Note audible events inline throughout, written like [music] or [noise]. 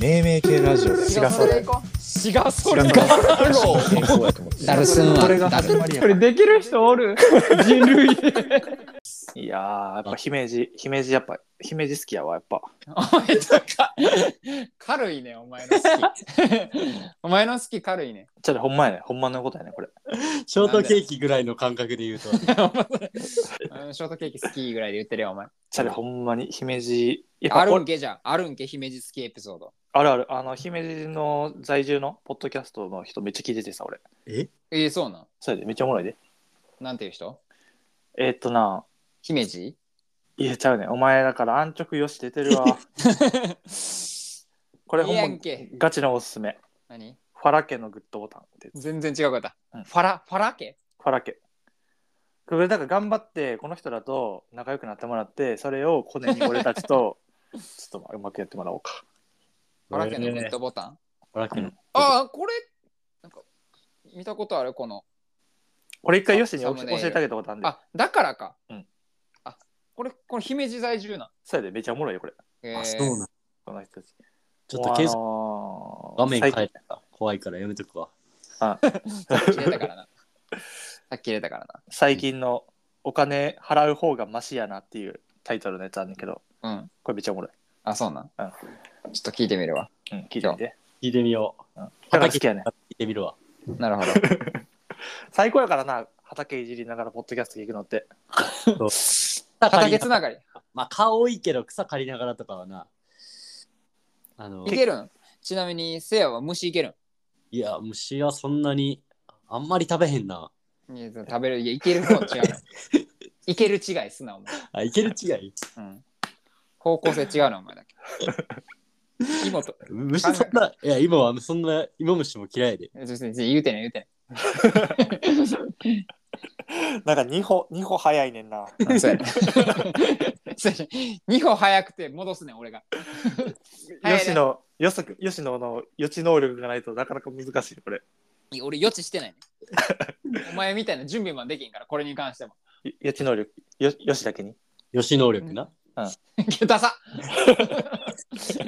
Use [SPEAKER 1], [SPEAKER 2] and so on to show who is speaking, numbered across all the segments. [SPEAKER 1] 命名系ラジオだよ
[SPEAKER 2] 違うそれ行こ
[SPEAKER 3] 違うそれ
[SPEAKER 1] 違う
[SPEAKER 3] か
[SPEAKER 1] 健康やと思って
[SPEAKER 4] ダルスンは
[SPEAKER 2] これが
[SPEAKER 4] ダル
[SPEAKER 3] これできる人おる人類
[SPEAKER 2] ういやーやっぱ姫路姫路やっぱ姫路好きやわやっぱ
[SPEAKER 3] お前とか軽いねお前の好きお前の好き軽いね
[SPEAKER 2] ちょっとほんまやねほんまのことやねこれ
[SPEAKER 5] ショートケーキぐらいの感覚で言う
[SPEAKER 3] [laughs]
[SPEAKER 5] と。
[SPEAKER 3] うんショートケーキ好きぐらいで言ってるよお前
[SPEAKER 2] チャリほんまに姫路やっぱ
[SPEAKER 3] あるん
[SPEAKER 2] 俺
[SPEAKER 3] けじゃんあるんけ姫路好きエピソード
[SPEAKER 2] あるあるあの姫路の在住のポッドキャストの人めっちゃ聞いててさ俺
[SPEAKER 3] えー、そうなん
[SPEAKER 2] それでめっちゃおもろいで
[SPEAKER 3] なんていう人
[SPEAKER 2] えー、っとな
[SPEAKER 3] 姫路 [laughs]
[SPEAKER 2] 言えちゃうねお前だから安直よし出て
[SPEAKER 3] [laughs]
[SPEAKER 2] るわこれほん
[SPEAKER 3] いい
[SPEAKER 2] ま
[SPEAKER 3] やんけ
[SPEAKER 2] ガチのおすすめ
[SPEAKER 3] 何
[SPEAKER 2] ファラ家のグッドボタンって
[SPEAKER 3] 全然違うかった、
[SPEAKER 2] うん
[SPEAKER 3] ファラファラ家
[SPEAKER 2] ファラ家これだから頑張ってこの人らと仲良くなってもらってそれをコネに俺た
[SPEAKER 3] [laughs]
[SPEAKER 2] ちとちょっとまあうまくやってもらおうか
[SPEAKER 3] ファラ家のグッドボタン、
[SPEAKER 5] ほらけど
[SPEAKER 3] ああこれなんか見たことあるこの
[SPEAKER 2] これ一回よしに
[SPEAKER 3] サ
[SPEAKER 2] 教
[SPEAKER 3] ムネイル
[SPEAKER 2] えてあげたことあるんで
[SPEAKER 3] あだからか、
[SPEAKER 2] うん
[SPEAKER 3] あこれこれ姫路在住なん
[SPEAKER 2] それでめっちゃおもろいよこれ
[SPEAKER 3] え
[SPEAKER 5] あ、そうなん。
[SPEAKER 2] この人たち
[SPEAKER 5] ちょっと検索
[SPEAKER 2] もうあ
[SPEAKER 5] 画
[SPEAKER 2] のー
[SPEAKER 5] 面
[SPEAKER 2] 最
[SPEAKER 5] 変え
[SPEAKER 2] 近
[SPEAKER 5] たら怖いからやめとくわ。
[SPEAKER 3] さっき入れたからな。さっき入れたから
[SPEAKER 2] 最近のお金払う方がマシやなっていうタイトルのやつあるんだけど
[SPEAKER 3] な。うん。
[SPEAKER 2] これめっちゃおもろい、
[SPEAKER 3] あ、そうなん。
[SPEAKER 2] うん
[SPEAKER 3] ちょっと聞いてみるわ。
[SPEAKER 2] うん、聞いてみて
[SPEAKER 5] 聞いてみよう。
[SPEAKER 2] だから好きやね
[SPEAKER 5] 聞いてみるわ。
[SPEAKER 3] なるほ
[SPEAKER 2] [laughs]
[SPEAKER 3] ど。
[SPEAKER 2] 最高やからな畑いじりながらポッドキャスト聞くのって [laughs]
[SPEAKER 3] 畑つながり。
[SPEAKER 5] まあ、顔多いけど草刈りながらとかはな。あの
[SPEAKER 3] い、けるんちなみに、せいやは虫いける
[SPEAKER 5] いや、虫はそんなにあんまり食べへんな。
[SPEAKER 3] んいや食べる。いや、いける方
[SPEAKER 2] [laughs]
[SPEAKER 3] 違うの。いける違いすな、お前。
[SPEAKER 5] あ、いける違い。
[SPEAKER 3] うん。方向性違うな、お前だけ。芋と。
[SPEAKER 5] 虫そんな、いや、今はそんな、芋虫も嫌いで。
[SPEAKER 3] ちょちょ言うてね、言うて
[SPEAKER 2] なんか2歩二歩早いねんな
[SPEAKER 3] ね。そうやね。
[SPEAKER 2] [laughs]
[SPEAKER 3] そうやね二歩早くて戻すねん、俺が。早いね
[SPEAKER 2] 吉野よそ吉野の予知能力がないとなかなか難しいよこれ
[SPEAKER 3] いや俺予知 [laughs] してないねん。お前みたいな準備もできんから、これに関しても。
[SPEAKER 2] よ予知能力よよしだけに
[SPEAKER 5] 吉能力な。
[SPEAKER 3] ダサ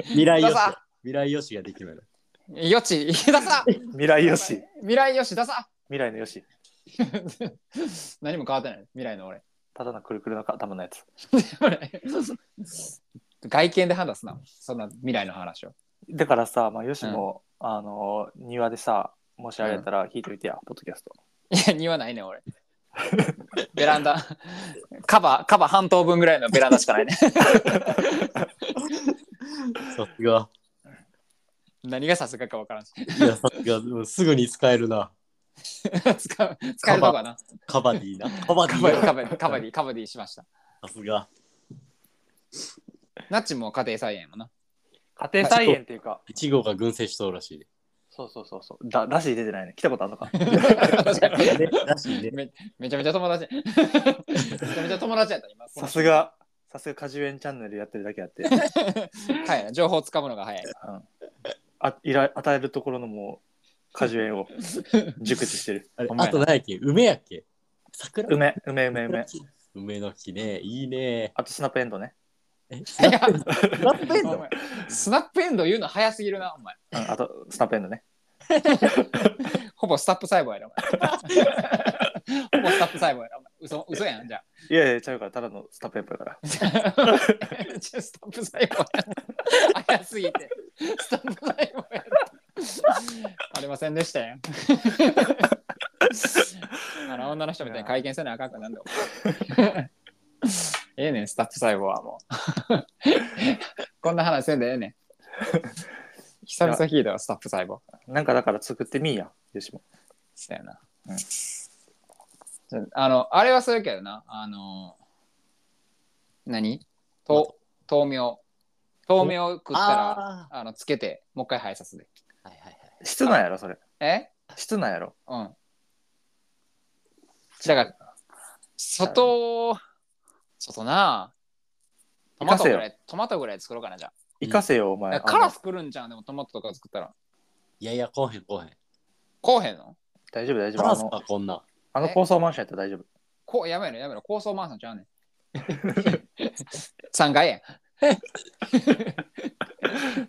[SPEAKER 5] 未来予
[SPEAKER 3] ダ
[SPEAKER 5] 知
[SPEAKER 3] サ。
[SPEAKER 5] 未来予知ができる。
[SPEAKER 3] 予知、ダ [laughs] サ
[SPEAKER 2] 未来よし
[SPEAKER 3] 未来よし、ダサ
[SPEAKER 2] 未来のよし
[SPEAKER 3] 何も変わってない。未来の俺。 [laughs]
[SPEAKER 2] ただのくるくるの頭のやつ
[SPEAKER 3] 外見で話すな。そんな未来の話を。
[SPEAKER 2] だからさ、まあ、よしも、あの庭でさもしあれやったら聞いてみてや、ポッドキャスト
[SPEAKER 3] いや、庭ないねん、俺。 [laughs] ベランダ、カバー、カバー半島分ぐらいのベランダしかない [laughs] ね。
[SPEAKER 5] さすが。
[SPEAKER 3] 何がさすがかわからんし。
[SPEAKER 5] いや、さすが。もうすぐに使えるな。
[SPEAKER 3] 使う、使えるとこはな。
[SPEAKER 5] カバディな。カバデ
[SPEAKER 3] カ
[SPEAKER 5] ィ
[SPEAKER 3] バディ、
[SPEAKER 5] な。
[SPEAKER 3] カバディ、カバディ、カバディしました。
[SPEAKER 5] さすが。
[SPEAKER 3] ナッチも家庭菜園 [laughs] もな。
[SPEAKER 2] 家庭菜園っていうか
[SPEAKER 5] 1号が群生しとうらしいで。
[SPEAKER 2] そうそうそうそうだだし出てないね来たことあるのか
[SPEAKER 5] らしいね。
[SPEAKER 3] めめちゃめちゃ友達。 [laughs] めちゃめちゃ友達やった、今。
[SPEAKER 2] さすがさすが果樹園チャンネルやってるだけあって
[SPEAKER 3] 早いな。情報をつかむのが早
[SPEAKER 2] [laughs]
[SPEAKER 3] い。
[SPEAKER 2] あいら与えるところのも果樹園を熟知してる
[SPEAKER 5] あれ
[SPEAKER 2] ほんま
[SPEAKER 5] あ
[SPEAKER 2] や
[SPEAKER 5] と何やっけ梅やっけ桜
[SPEAKER 2] 梅梅梅梅
[SPEAKER 5] 梅の木ね。いいね。
[SPEAKER 2] あとスナップエンドね
[SPEAKER 5] え、
[SPEAKER 3] いや
[SPEAKER 5] スナップエン
[SPEAKER 3] お
[SPEAKER 5] ド
[SPEAKER 3] 前スナップエンド言うの早すぎるな、お前。
[SPEAKER 2] うんあとスナップエンドね
[SPEAKER 3] ほぼスタップ細胞やろ、 [laughs] お前。ほぼスタップ細胞やろ、お前。嘘嘘やん、じゃあ。
[SPEAKER 2] いやいやちゃうからただのスナップエンドやから
[SPEAKER 3] じゃあスタップ細胞や早すぎて。スタップ細胞やありませんでしたよ。あの女の人みたいに会見せなあかんくなんで、お前ええねん、スタップ細胞はもう。こんな話せんでええねん。久々聞いたわ、スタップ細胞。
[SPEAKER 2] なんかだから作ってみいやよしも
[SPEAKER 3] そうやな。
[SPEAKER 2] うん
[SPEAKER 3] じゃあの、あれはするけどな。あの、何と豆苗。豆苗食ったら、
[SPEAKER 5] あ
[SPEAKER 3] あの、つけて、もう一回生えさすで。
[SPEAKER 5] ーはいはいはい。
[SPEAKER 2] 室内やろそれ
[SPEAKER 3] え
[SPEAKER 2] 室内やろ
[SPEAKER 3] うん。だから、外、外な。トマトぐらい、トマトぐらい作ろうかな、じゃ
[SPEAKER 2] 行かせよお前
[SPEAKER 3] あ。カラス来るんじゃん、でもトマトとか作ったら。
[SPEAKER 5] いやいや、こうへんこうへん。
[SPEAKER 3] こうへんの
[SPEAKER 2] 大丈夫大丈
[SPEAKER 5] カ
[SPEAKER 2] 夫
[SPEAKER 5] ラ
[SPEAKER 2] あ
[SPEAKER 5] ス
[SPEAKER 2] の
[SPEAKER 5] かこんなん。
[SPEAKER 2] あの高層マンションやったら大丈夫
[SPEAKER 3] こうやめろやめろ高層マンションちゃうねん
[SPEAKER 5] [laughs]
[SPEAKER 3] 3階やん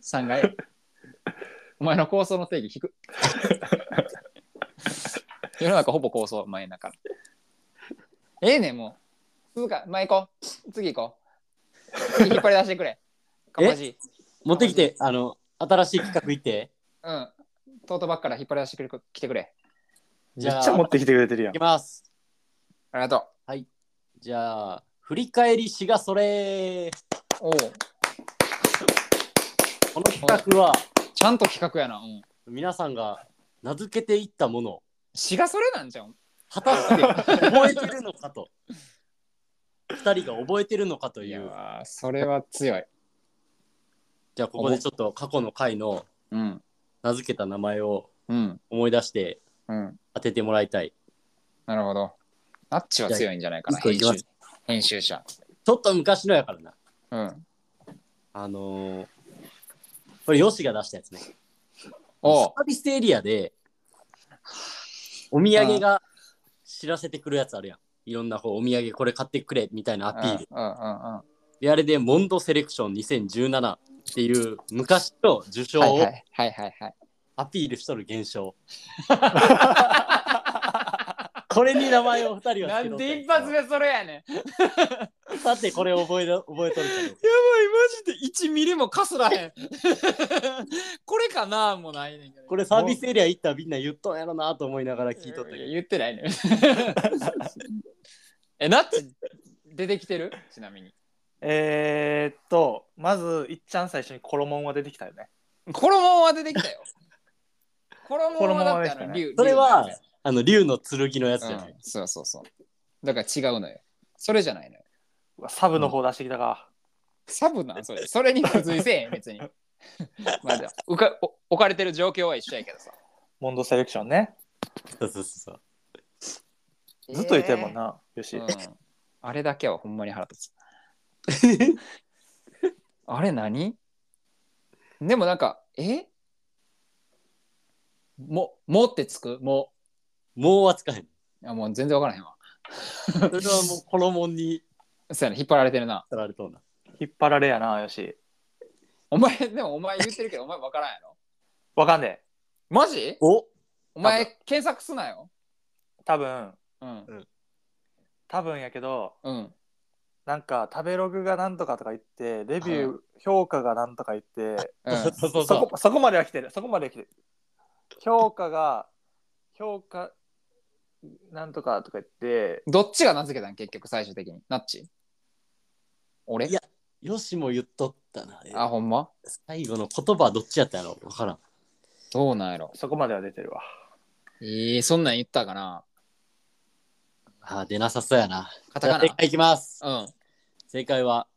[SPEAKER 3] 3階やんお前の構想の定義聞
[SPEAKER 5] [laughs]
[SPEAKER 3] く。世の中ほぼ構想、お前なんか。ええねん、もう。鈴鹿、前行こう。次行こう。次引っ張り出し
[SPEAKER 5] [laughs]
[SPEAKER 3] てくれ。かまじい。
[SPEAKER 5] 持ってきて、あの、新しい企画行って。
[SPEAKER 3] うん。トートバッグから引っ張り出してくれ来てくれ。
[SPEAKER 5] じゃ
[SPEAKER 2] め
[SPEAKER 5] あ、
[SPEAKER 2] っちゃ持
[SPEAKER 5] 行
[SPEAKER 2] ってきてくれてるやん
[SPEAKER 5] き。ます。
[SPEAKER 3] ありがと
[SPEAKER 5] じゃあ、振り返りしがそれ。
[SPEAKER 3] う。おお。
[SPEAKER 5] この企画は、
[SPEAKER 3] ちゃんと企画やな。うん。
[SPEAKER 5] 皆さんが名付けていったものを、
[SPEAKER 3] 詩がそれなんじゃん。
[SPEAKER 5] 果たして覚えてるのかと。二人が覚えてるのかと
[SPEAKER 3] い
[SPEAKER 5] い
[SPEAKER 3] や
[SPEAKER 5] う。
[SPEAKER 3] ー、それは強い。
[SPEAKER 5] じゃあ、ここでちょっと過去の回の
[SPEAKER 3] うん。
[SPEAKER 5] 名付けた名前を
[SPEAKER 3] うん。
[SPEAKER 5] 思い出して
[SPEAKER 3] うん。
[SPEAKER 5] 当ててもらいたい。
[SPEAKER 3] なるほど。ナッチは強いんじゃないかな。
[SPEAKER 5] じゃあ
[SPEAKER 3] 編
[SPEAKER 5] 一個いきま
[SPEAKER 3] 集
[SPEAKER 5] す
[SPEAKER 3] 編集者。
[SPEAKER 5] ちょっと昔のやからな。
[SPEAKER 3] うん。
[SPEAKER 5] あのー、これ、ヨシが出したやつね。
[SPEAKER 3] お
[SPEAKER 5] サービスエリアで、お土産が知らせてくるやつあるやん。いろんなこうお土産これ買ってくれみたいなアピール。
[SPEAKER 3] うんうんうんうん。
[SPEAKER 5] で、あれでモンドセレクション2017っていう昔の受賞
[SPEAKER 3] はいは
[SPEAKER 5] を
[SPEAKER 3] いはいはいはい。
[SPEAKER 5] アピールしとる現象。これに名前を二人は
[SPEAKER 3] な
[SPEAKER 5] つけとっ
[SPEAKER 3] ん
[SPEAKER 5] た
[SPEAKER 3] で一発目それやねん。やばい、
[SPEAKER 5] さてこれ覚えろ覚えとるけど。
[SPEAKER 3] マジで1ミリもかすらへん。 [laughs] これかなもうないねんけど。
[SPEAKER 5] これサービスエリア行ったらみんな言っとんやろなと思いながら聞いとったけど。
[SPEAKER 3] 言ってないね。 [laughs] え、ナッチ出てきてるちなみ [laughs] に。
[SPEAKER 2] えー、っと、まず、いっちゃん最初に衣もんは出てきたよね。
[SPEAKER 3] 衣は出てきたよ。衣はだって
[SPEAKER 2] 衣は出
[SPEAKER 3] あ
[SPEAKER 2] てきた
[SPEAKER 3] の
[SPEAKER 2] ね
[SPEAKER 3] 竜。
[SPEAKER 5] それは
[SPEAKER 3] 竜のや
[SPEAKER 5] あの竜の剣のやつ
[SPEAKER 3] つ
[SPEAKER 5] じゃない。
[SPEAKER 3] うん、そうそうそう。だから違うのよ。それじゃないのよ。
[SPEAKER 2] うわサブの方出してきたか。
[SPEAKER 3] サ
[SPEAKER 5] [laughs]
[SPEAKER 3] ブなんそれ。それに付随せえへん、別に。 [laughs] まあでもうかお置かれてる状況は一緒やけどさ。
[SPEAKER 2] モンドセレクションね。
[SPEAKER 5] そうそうそう
[SPEAKER 2] ずっと言ってるもんな、よし。
[SPEAKER 3] うんあれだけはほんまに腹立つ。
[SPEAKER 2] [laughs]
[SPEAKER 3] あれ何でもなんか、えも、もってつくも
[SPEAKER 5] もう扱えん。
[SPEAKER 3] [laughs] う。いやもう全然わからへんわ。
[SPEAKER 5] それはもう衣に
[SPEAKER 3] そうやな、引っ張られてるな。
[SPEAKER 5] 取られとんな。
[SPEAKER 2] 引っ張られやな、よし。
[SPEAKER 3] お前、でもお前言ってるけど、お前わからんやろ。
[SPEAKER 2] わかんね
[SPEAKER 3] マジ
[SPEAKER 5] お
[SPEAKER 3] お前検索すなよ。
[SPEAKER 2] え。多分、
[SPEAKER 3] うん。
[SPEAKER 2] 多分やけど、
[SPEAKER 3] うん。
[SPEAKER 2] なんか食べログがなんとかとか言って、レビュー、評価がなんとか言って、
[SPEAKER 3] う
[SPEAKER 5] [laughs]
[SPEAKER 3] ん、
[SPEAKER 5] そうそう
[SPEAKER 2] そ
[SPEAKER 5] そ
[SPEAKER 2] こそこまでは来てる、そこまでは来てる。評価が、評価なんとかとか言って、
[SPEAKER 3] どっちが名付けたん結局最終的に。ナッチ俺
[SPEAKER 5] いやう。よしも言っとったな。
[SPEAKER 3] あ、ほんま
[SPEAKER 5] 最後の言葉はどっちやったやろわからん。
[SPEAKER 3] どうなんやろ。
[SPEAKER 2] そこまでは出てるわ。
[SPEAKER 3] ええそんなん言ったかな。
[SPEAKER 5] あー出なさそうやな。
[SPEAKER 3] カ
[SPEAKER 5] じ
[SPEAKER 3] タ
[SPEAKER 5] ゃ
[SPEAKER 3] カ
[SPEAKER 5] あ正
[SPEAKER 3] ナ。
[SPEAKER 5] 解いきます。
[SPEAKER 3] うん。
[SPEAKER 5] 正解は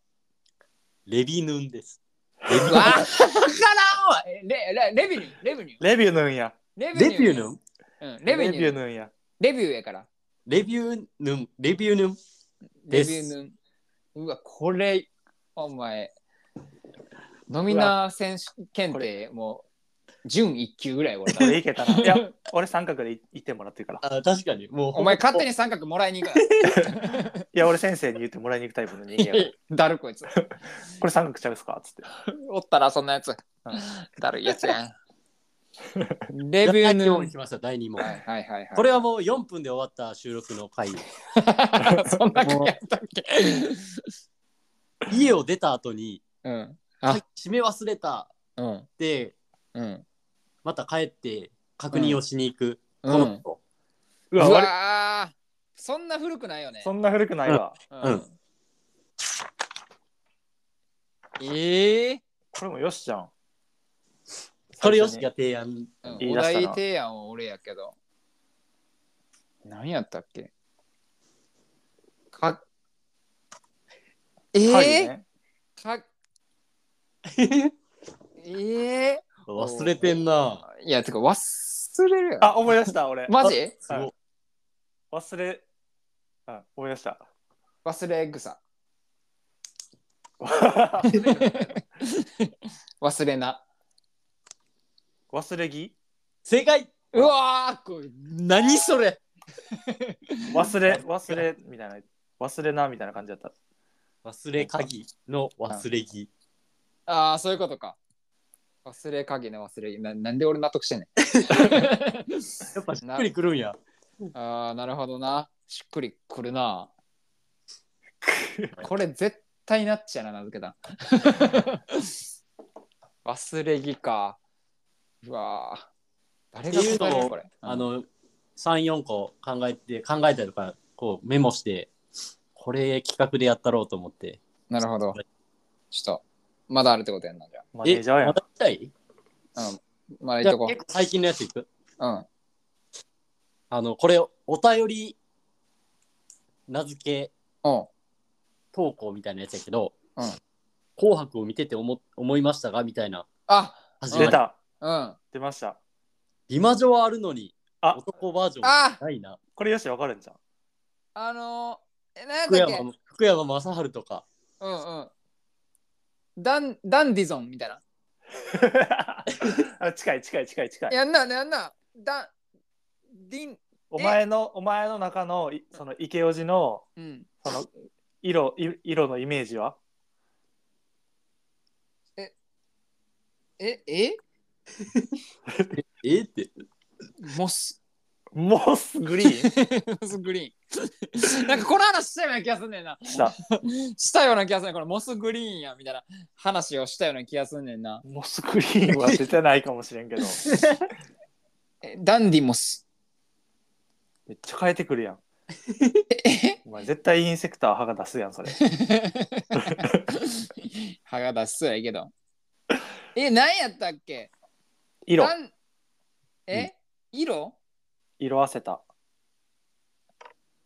[SPEAKER 5] レビヌンです。
[SPEAKER 3] うわわからんわえレレレビューレビュー
[SPEAKER 2] レビューぬんや。
[SPEAKER 3] レビュー
[SPEAKER 5] レビューヌン
[SPEAKER 3] うんレビュー
[SPEAKER 2] レビュー
[SPEAKER 3] ヌ
[SPEAKER 2] ぬんや。
[SPEAKER 3] レビューやから
[SPEAKER 5] レビューヌンレビューヌン
[SPEAKER 3] レ
[SPEAKER 5] で
[SPEAKER 3] ビ
[SPEAKER 5] す
[SPEAKER 3] ューヌうわこれお前ノミナー選手検定もう準一級ぐらい俺
[SPEAKER 2] 俺いけたな。いや、俺三角でい言ってもらってるから。
[SPEAKER 5] あー確かに。もう
[SPEAKER 3] お前勝手に三角もらいに行く
[SPEAKER 2] いや、俺先生に言ってもらいに行くタイプの人間
[SPEAKER 3] [laughs]
[SPEAKER 2] やから。
[SPEAKER 5] [laughs]
[SPEAKER 3] なだるこいつ
[SPEAKER 2] これ三角ちゃうっすかっつって。
[SPEAKER 3] おったらそんなや [laughs] つ
[SPEAKER 2] うん
[SPEAKER 3] だるいやつ [laughs] やんレビュー
[SPEAKER 5] 第
[SPEAKER 3] ヌ
[SPEAKER 5] 二問いきました第二問
[SPEAKER 3] は。いはいはいはい
[SPEAKER 5] これはもう4分で終わった収録の回。
[SPEAKER 3] [laughs] そんなことやったっけ
[SPEAKER 5] 家を出た後に
[SPEAKER 3] うんあ
[SPEAKER 5] 鍵閉め忘れた
[SPEAKER 3] うん
[SPEAKER 5] で
[SPEAKER 3] うん
[SPEAKER 5] また帰って確認をしに行く。
[SPEAKER 3] うん
[SPEAKER 5] この子
[SPEAKER 2] う
[SPEAKER 3] う
[SPEAKER 2] わ、悪い
[SPEAKER 3] わーそんな古くないよね
[SPEAKER 2] そんな古くないわ。
[SPEAKER 3] う
[SPEAKER 5] うんん。
[SPEAKER 3] ええ
[SPEAKER 2] これもよしじゃん。
[SPEAKER 5] これよしが提案。
[SPEAKER 2] 言
[SPEAKER 3] お
[SPEAKER 2] い出したな
[SPEAKER 3] 題提案は俺やけど。何やったっけか、えー
[SPEAKER 2] はいね。
[SPEAKER 3] [laughs] か、ええ
[SPEAKER 5] 忘れてんな。
[SPEAKER 3] いや、てか忘れるよ。
[SPEAKER 2] あ、思い出した、俺。
[SPEAKER 3] マジ
[SPEAKER 5] すごい。
[SPEAKER 2] 忘れ、うん、思い出した。
[SPEAKER 3] 忘れ草。
[SPEAKER 2] 忘れる
[SPEAKER 3] 忘れな。
[SPEAKER 2] 忘れぎ
[SPEAKER 5] 正解
[SPEAKER 3] うわーこれ何それ
[SPEAKER 2] 忘れ、忘れ、みたいな。忘れな、みたいな感じだった。
[SPEAKER 5] 忘れ鍵の忘れ着。
[SPEAKER 3] ああ、そういうことか。忘れかけね忘れななんで俺納得してんね
[SPEAKER 5] やっぱし
[SPEAKER 3] ん
[SPEAKER 5] っ
[SPEAKER 3] な
[SPEAKER 5] くりくるんや。
[SPEAKER 3] あーなるほどなしっくりく
[SPEAKER 5] [laughs]
[SPEAKER 3] るなこれ絶対なっちゃな名付けたん [laughs] 忘れ着かうわー誰が
[SPEAKER 5] っていう
[SPEAKER 3] 答え
[SPEAKER 5] の
[SPEAKER 3] る
[SPEAKER 5] を
[SPEAKER 3] これ
[SPEAKER 5] あの、3、4個考えて、考えたりとか、こうメモして、これ企画でやったろうと思って。
[SPEAKER 3] なるほどちょっとまだあるってことやんなじゃ
[SPEAKER 2] マネージャーや
[SPEAKER 5] ま
[SPEAKER 2] ん
[SPEAKER 5] た。行きたい
[SPEAKER 3] あうんまだ
[SPEAKER 5] じ
[SPEAKER 3] いっ
[SPEAKER 5] ゃ
[SPEAKER 3] と
[SPEAKER 5] あ
[SPEAKER 3] こ
[SPEAKER 5] 結構最近のやついく
[SPEAKER 3] ううん
[SPEAKER 5] あの、これ、お便り名付け
[SPEAKER 3] おう
[SPEAKER 5] 投稿みたいなやつやけど、
[SPEAKER 3] うん
[SPEAKER 5] 紅白を見てて思思いましたがみたいな
[SPEAKER 3] あ
[SPEAKER 5] 始ま
[SPEAKER 2] 出
[SPEAKER 5] り。
[SPEAKER 2] た。
[SPEAKER 3] うんあ
[SPEAKER 2] 出ました。
[SPEAKER 5] 今女はあるのに、
[SPEAKER 2] あ
[SPEAKER 5] 男バージョン
[SPEAKER 3] あ
[SPEAKER 5] ないな。
[SPEAKER 2] これよし、わかるんじゃん。
[SPEAKER 3] のー、えなん
[SPEAKER 5] 福
[SPEAKER 3] だっけ
[SPEAKER 5] 山福山雅治とか。
[SPEAKER 3] うんうんダンダンディゾンみたいな
[SPEAKER 2] あ近い近い近い近い。
[SPEAKER 3] やんなやんなダンディン
[SPEAKER 2] お前の、お前の中の、いその、池おじの、
[SPEAKER 3] うん
[SPEAKER 2] その、色、い色のイメージは
[SPEAKER 3] ええ
[SPEAKER 5] えって。
[SPEAKER 3] モス
[SPEAKER 2] モスグリーン
[SPEAKER 3] [laughs] モスグリーンなんかこの話したような気がすんねんな
[SPEAKER 2] した。
[SPEAKER 3] [laughs] したような気がすんねんこれモスグリーンやみたいな話をしたような気がすんねんな
[SPEAKER 2] モスグリーンは出てないかもしれ
[SPEAKER 3] [laughs]
[SPEAKER 2] んけど。
[SPEAKER 3] えダンディモス
[SPEAKER 2] [laughs] めっちゃ変えてくるやん。
[SPEAKER 3] え
[SPEAKER 2] お前絶対インセクター歯が出すやん、
[SPEAKER 3] [laughs]
[SPEAKER 2] それ。
[SPEAKER 3] 歯が出しそうやけどえ何やったっけ
[SPEAKER 2] 色
[SPEAKER 3] ダ、ンえ、色
[SPEAKER 2] 色あせた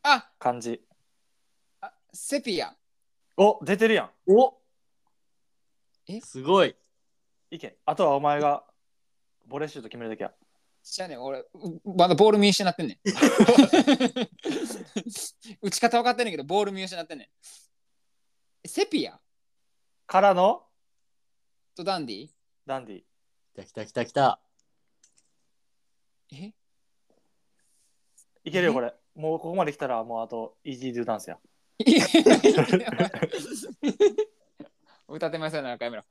[SPEAKER 3] あ
[SPEAKER 2] 感じ。
[SPEAKER 3] あセピア
[SPEAKER 2] お、出てるやん。
[SPEAKER 5] お
[SPEAKER 3] え
[SPEAKER 5] すごい。
[SPEAKER 2] いけ。あとはお前が、ボレーシュート決めるだけや。
[SPEAKER 3] じゃあねん俺うまだボール見失ってんねん
[SPEAKER 2] [laughs]
[SPEAKER 3] 打ち方分かってんねんけどボール見失ってんねんセピア
[SPEAKER 2] からの、
[SPEAKER 3] とダンディ
[SPEAKER 2] ダンディ。
[SPEAKER 5] 来た来た来た来た。
[SPEAKER 3] え
[SPEAKER 2] いけるよ、これ。もうここまで来たら、もうあと、イージードゥダンスや。
[SPEAKER 3] いやいやいや歌ってませんなんかやめろ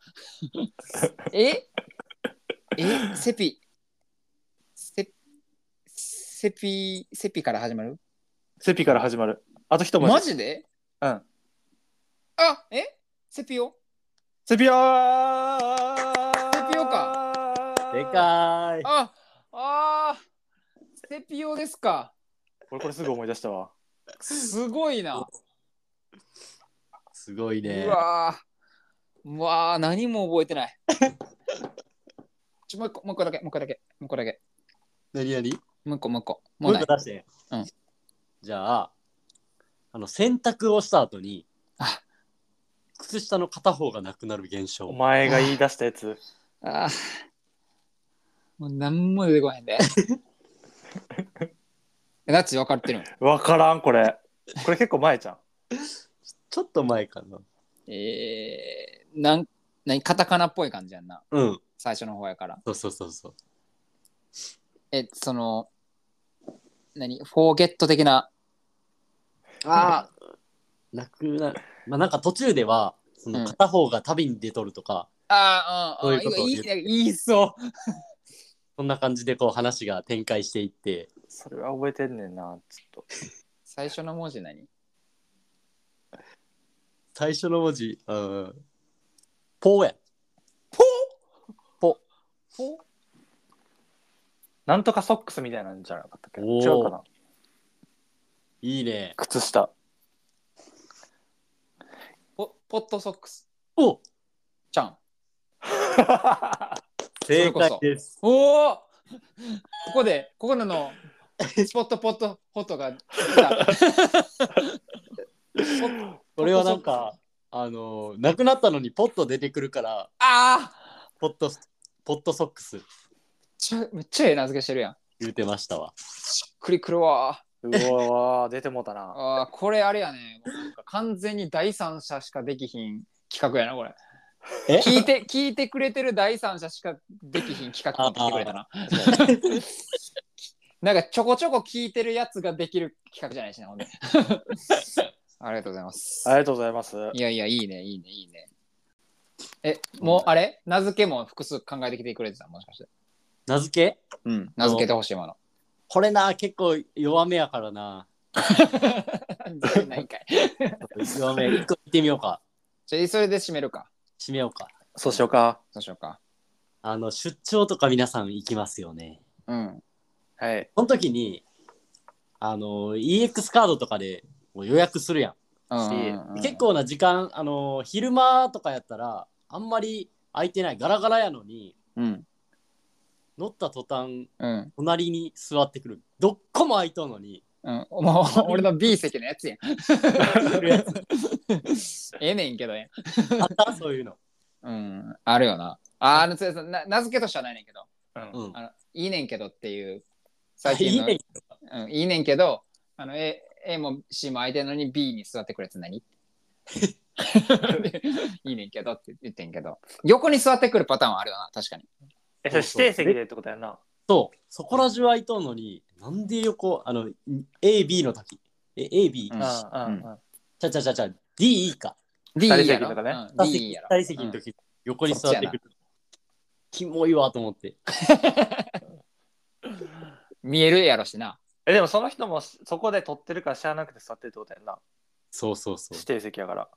[SPEAKER 3] ええセピセセピセピから始まる
[SPEAKER 2] セピから始まる。あと一文字。
[SPEAKER 3] マジで
[SPEAKER 2] うん。
[SPEAKER 3] あえセピオ
[SPEAKER 2] セピ
[SPEAKER 3] セピ
[SPEAKER 2] オ
[SPEAKER 3] オ
[SPEAKER 2] か
[SPEAKER 5] でかーい。
[SPEAKER 3] ああーセピオですか
[SPEAKER 2] 俺これすぐ思い出したわ。
[SPEAKER 3] すごいな
[SPEAKER 5] すごいうね。
[SPEAKER 3] わーうわー何も覚えてないちょもう一個もう一個だけもう一個だけもう一個だけ
[SPEAKER 5] なになに
[SPEAKER 3] もう一個もう一個
[SPEAKER 5] も
[SPEAKER 3] もう
[SPEAKER 5] う
[SPEAKER 3] ない
[SPEAKER 5] 一個出して。
[SPEAKER 3] うん
[SPEAKER 5] じゃあ、あの、洗濯をした後に
[SPEAKER 3] あ、
[SPEAKER 5] 靴下の片方がなくなる現
[SPEAKER 2] お
[SPEAKER 5] 象。
[SPEAKER 2] 前が言い出したやつ。
[SPEAKER 3] あーもう何も出てこへんで
[SPEAKER 5] [laughs]
[SPEAKER 3] えナッチ分かってるん
[SPEAKER 2] わからん、これ。これ結構前じゃん。
[SPEAKER 5] ちょっと前かな。
[SPEAKER 3] えー、なん何カタカナっぽい感じやんな
[SPEAKER 5] うん。
[SPEAKER 3] 最初の方やから
[SPEAKER 5] そうそうそうそう。
[SPEAKER 3] えその何フォーゲット的な
[SPEAKER 5] ああ。なくな、まあなんか途中では、そ
[SPEAKER 3] うん
[SPEAKER 5] の片方が旅に出とるとか、
[SPEAKER 3] あーあ
[SPEAKER 5] そう
[SPEAKER 3] ーあー
[SPEAKER 5] いうことを
[SPEAKER 3] い
[SPEAKER 5] 言う
[SPEAKER 3] いいいいいそう
[SPEAKER 5] そんな感じでこう話が展開していって、
[SPEAKER 2] それは覚えてんねんな、ちょっと。
[SPEAKER 3] 最初の文字何
[SPEAKER 5] 最初の文字、うん。ポーや。
[SPEAKER 3] フォ
[SPEAKER 2] なんとかソックスみたいなんじゃなかったっけ
[SPEAKER 5] お
[SPEAKER 2] 違
[SPEAKER 5] ー
[SPEAKER 2] うかない
[SPEAKER 5] いね。
[SPEAKER 2] 靴下。
[SPEAKER 3] ポポットソックス
[SPEAKER 5] お
[SPEAKER 3] ちゃん
[SPEAKER 5] 正
[SPEAKER 3] れこそ
[SPEAKER 5] 解です。
[SPEAKER 3] おおここでここの
[SPEAKER 5] [laughs]
[SPEAKER 3] のスポットポットホットが来た
[SPEAKER 5] これはなんか、あのー、なくなったのにポッと出てくるから、
[SPEAKER 3] ああ
[SPEAKER 5] ポッと、ポットソックス
[SPEAKER 3] ちょめっちゃええ名付けしてるやん
[SPEAKER 5] 言うてましたわ。
[SPEAKER 3] クリクルわ
[SPEAKER 2] うわー、出てもうた [laughs] な。
[SPEAKER 3] あーこれあれやねもうなんか完全に第三者しかできひん企画やなこれ
[SPEAKER 5] え
[SPEAKER 3] 聞いて聞いてくれてる第三者しかできひん企画に来てくれたななんかちょこちょこ聞いてるやつができる企画じゃないしなほんで [laughs] ありがとうございます
[SPEAKER 2] ありがとうございます。
[SPEAKER 3] いやいやいいねいいねいいねえ、もうあれ名付けも複数考えてきてくれてたもしかして。
[SPEAKER 5] 名付け
[SPEAKER 3] うん。名付けてほしいもの。
[SPEAKER 5] これな、結構弱めやからな。
[SPEAKER 3] [laughs] ないんかい。
[SPEAKER 5] 弱め。一個見てみようか。
[SPEAKER 3] じゃあ、それで締めるか。
[SPEAKER 5] 締めようか。
[SPEAKER 2] そうしようか。
[SPEAKER 3] そうしようか。
[SPEAKER 5] あの、出張とか皆さん行きますよね。
[SPEAKER 3] うん。
[SPEAKER 2] [laughs] はい。
[SPEAKER 5] その時に、あの、EX カードとかでもう予約するやん。
[SPEAKER 3] うん
[SPEAKER 5] 結、構な時間、あの、昼間とかやったら、あんまり空いてない、ガラガラやのに、
[SPEAKER 3] うん。
[SPEAKER 5] 乗った途端、
[SPEAKER 3] うん。
[SPEAKER 5] 隣に座ってくる。どっこも空いとんのに、
[SPEAKER 3] うん。 [laughs] もう、俺の B 席のやつやん。
[SPEAKER 5] 来るやつ
[SPEAKER 3] ええねんけどね。
[SPEAKER 5] あったそういうの。
[SPEAKER 3] うん。あるよな。あ、あの、そうそうな名付けとしてはないねんけど。
[SPEAKER 5] うん。
[SPEAKER 3] あの、いいねんけどっていう、
[SPEAKER 5] あ
[SPEAKER 3] [laughs] 最
[SPEAKER 5] い
[SPEAKER 3] 近
[SPEAKER 5] い
[SPEAKER 3] の。
[SPEAKER 5] ね。
[SPEAKER 3] うん、いいねんけど、あの、A, A も C も空いてるのに B に座ってくるや
[SPEAKER 5] [laughs]
[SPEAKER 3] つ何いいねんけどって言ってんけど、横に座ってくるパターンはあるよな、確かに。
[SPEAKER 2] え、それ指定席でってことやんな。
[SPEAKER 5] そう、そこら中空いとんのに、なんで横、あの、A、B の時。え、A、B、
[SPEAKER 3] う
[SPEAKER 2] うんんうんうん。
[SPEAKER 5] ちゃちゃちゃちゃ、D、E か。
[SPEAKER 3] D
[SPEAKER 2] 人
[SPEAKER 3] やろ
[SPEAKER 2] 席とかね
[SPEAKER 3] うん D やろ。
[SPEAKER 5] 大席の時、横に座ってくる。キモいわと思って。
[SPEAKER 3] うん見えるやろしな。
[SPEAKER 2] え、でもその人もそこで撮ってるから知らなくて座ってるってことやんな。
[SPEAKER 5] そうそうそう。
[SPEAKER 2] 指
[SPEAKER 5] っ
[SPEAKER 2] 定席やから。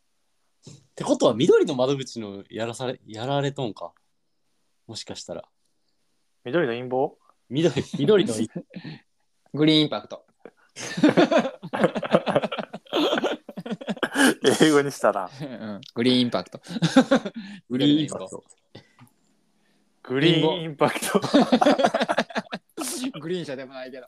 [SPEAKER 5] てことは、緑の窓口のやらされ、やられとんか。もしかしたら。
[SPEAKER 2] 緑の陰謀
[SPEAKER 5] 緑、緑の、
[SPEAKER 3] グリーンインパクト。
[SPEAKER 2] 英語にした
[SPEAKER 3] う
[SPEAKER 2] ら。
[SPEAKER 3] んグリーンインパクト。
[SPEAKER 5] グリーンインパクト。
[SPEAKER 2] グリーンインパクト。
[SPEAKER 3] [laughs] グリーン車でもないけど。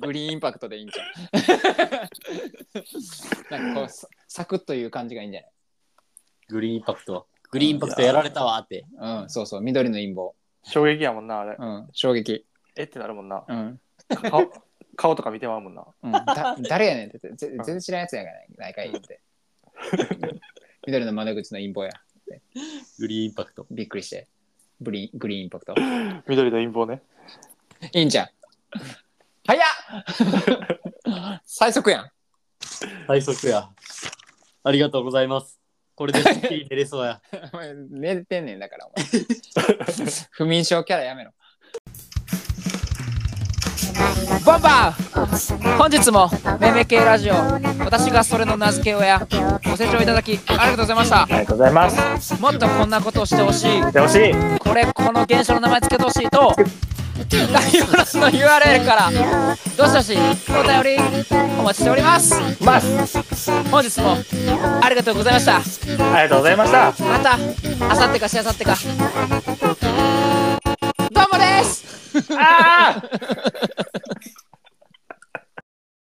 [SPEAKER 3] グリーンインパクトでいいんじ [laughs] ゃん。なんかこうサ、サクッという感じがいいんじゃ
[SPEAKER 5] [laughs] グリーンインパクト。グリーンインパクトやられたわって。
[SPEAKER 3] ないうん、そうそう、緑の陰謀。
[SPEAKER 2] 衝撃やもんな、あれ。
[SPEAKER 3] うん、衝撃。
[SPEAKER 2] えってなるもんな。
[SPEAKER 3] うん。
[SPEAKER 2] 顔顔とか見てまうもんな。
[SPEAKER 3] うん、 [laughs] だ誰やねんってぜ全然知らんやつやからないかいって。緑の窓口の陰謀や。
[SPEAKER 5] グリーンインパクト。
[SPEAKER 3] びっくりして。グリーングリーンインパクト。
[SPEAKER 2] 緑の陰謀ね。
[SPEAKER 3] いいんじ [laughs] ゃん。早っ最速やん。
[SPEAKER 5] 最速や。ありがとうございます。これでスッキリ寝れそうや。
[SPEAKER 3] お前寝てんねんだからお前不眠症キャラやめろバンバン本日もめめ系ラジオ私がそれの名付け親ご清聴いただきありがとうございました
[SPEAKER 2] ありがとうございます。
[SPEAKER 3] もっとこんなことをしてほしい
[SPEAKER 2] で、ほしい。
[SPEAKER 3] これこの現象の名前つけてほしいと概要欄の URL からどしどしお便りお待ちしております
[SPEAKER 2] ます。
[SPEAKER 3] 本日もありがとうございました
[SPEAKER 2] ありがとうございました。
[SPEAKER 3] またあさってかしあさってかどうもです
[SPEAKER 2] ああ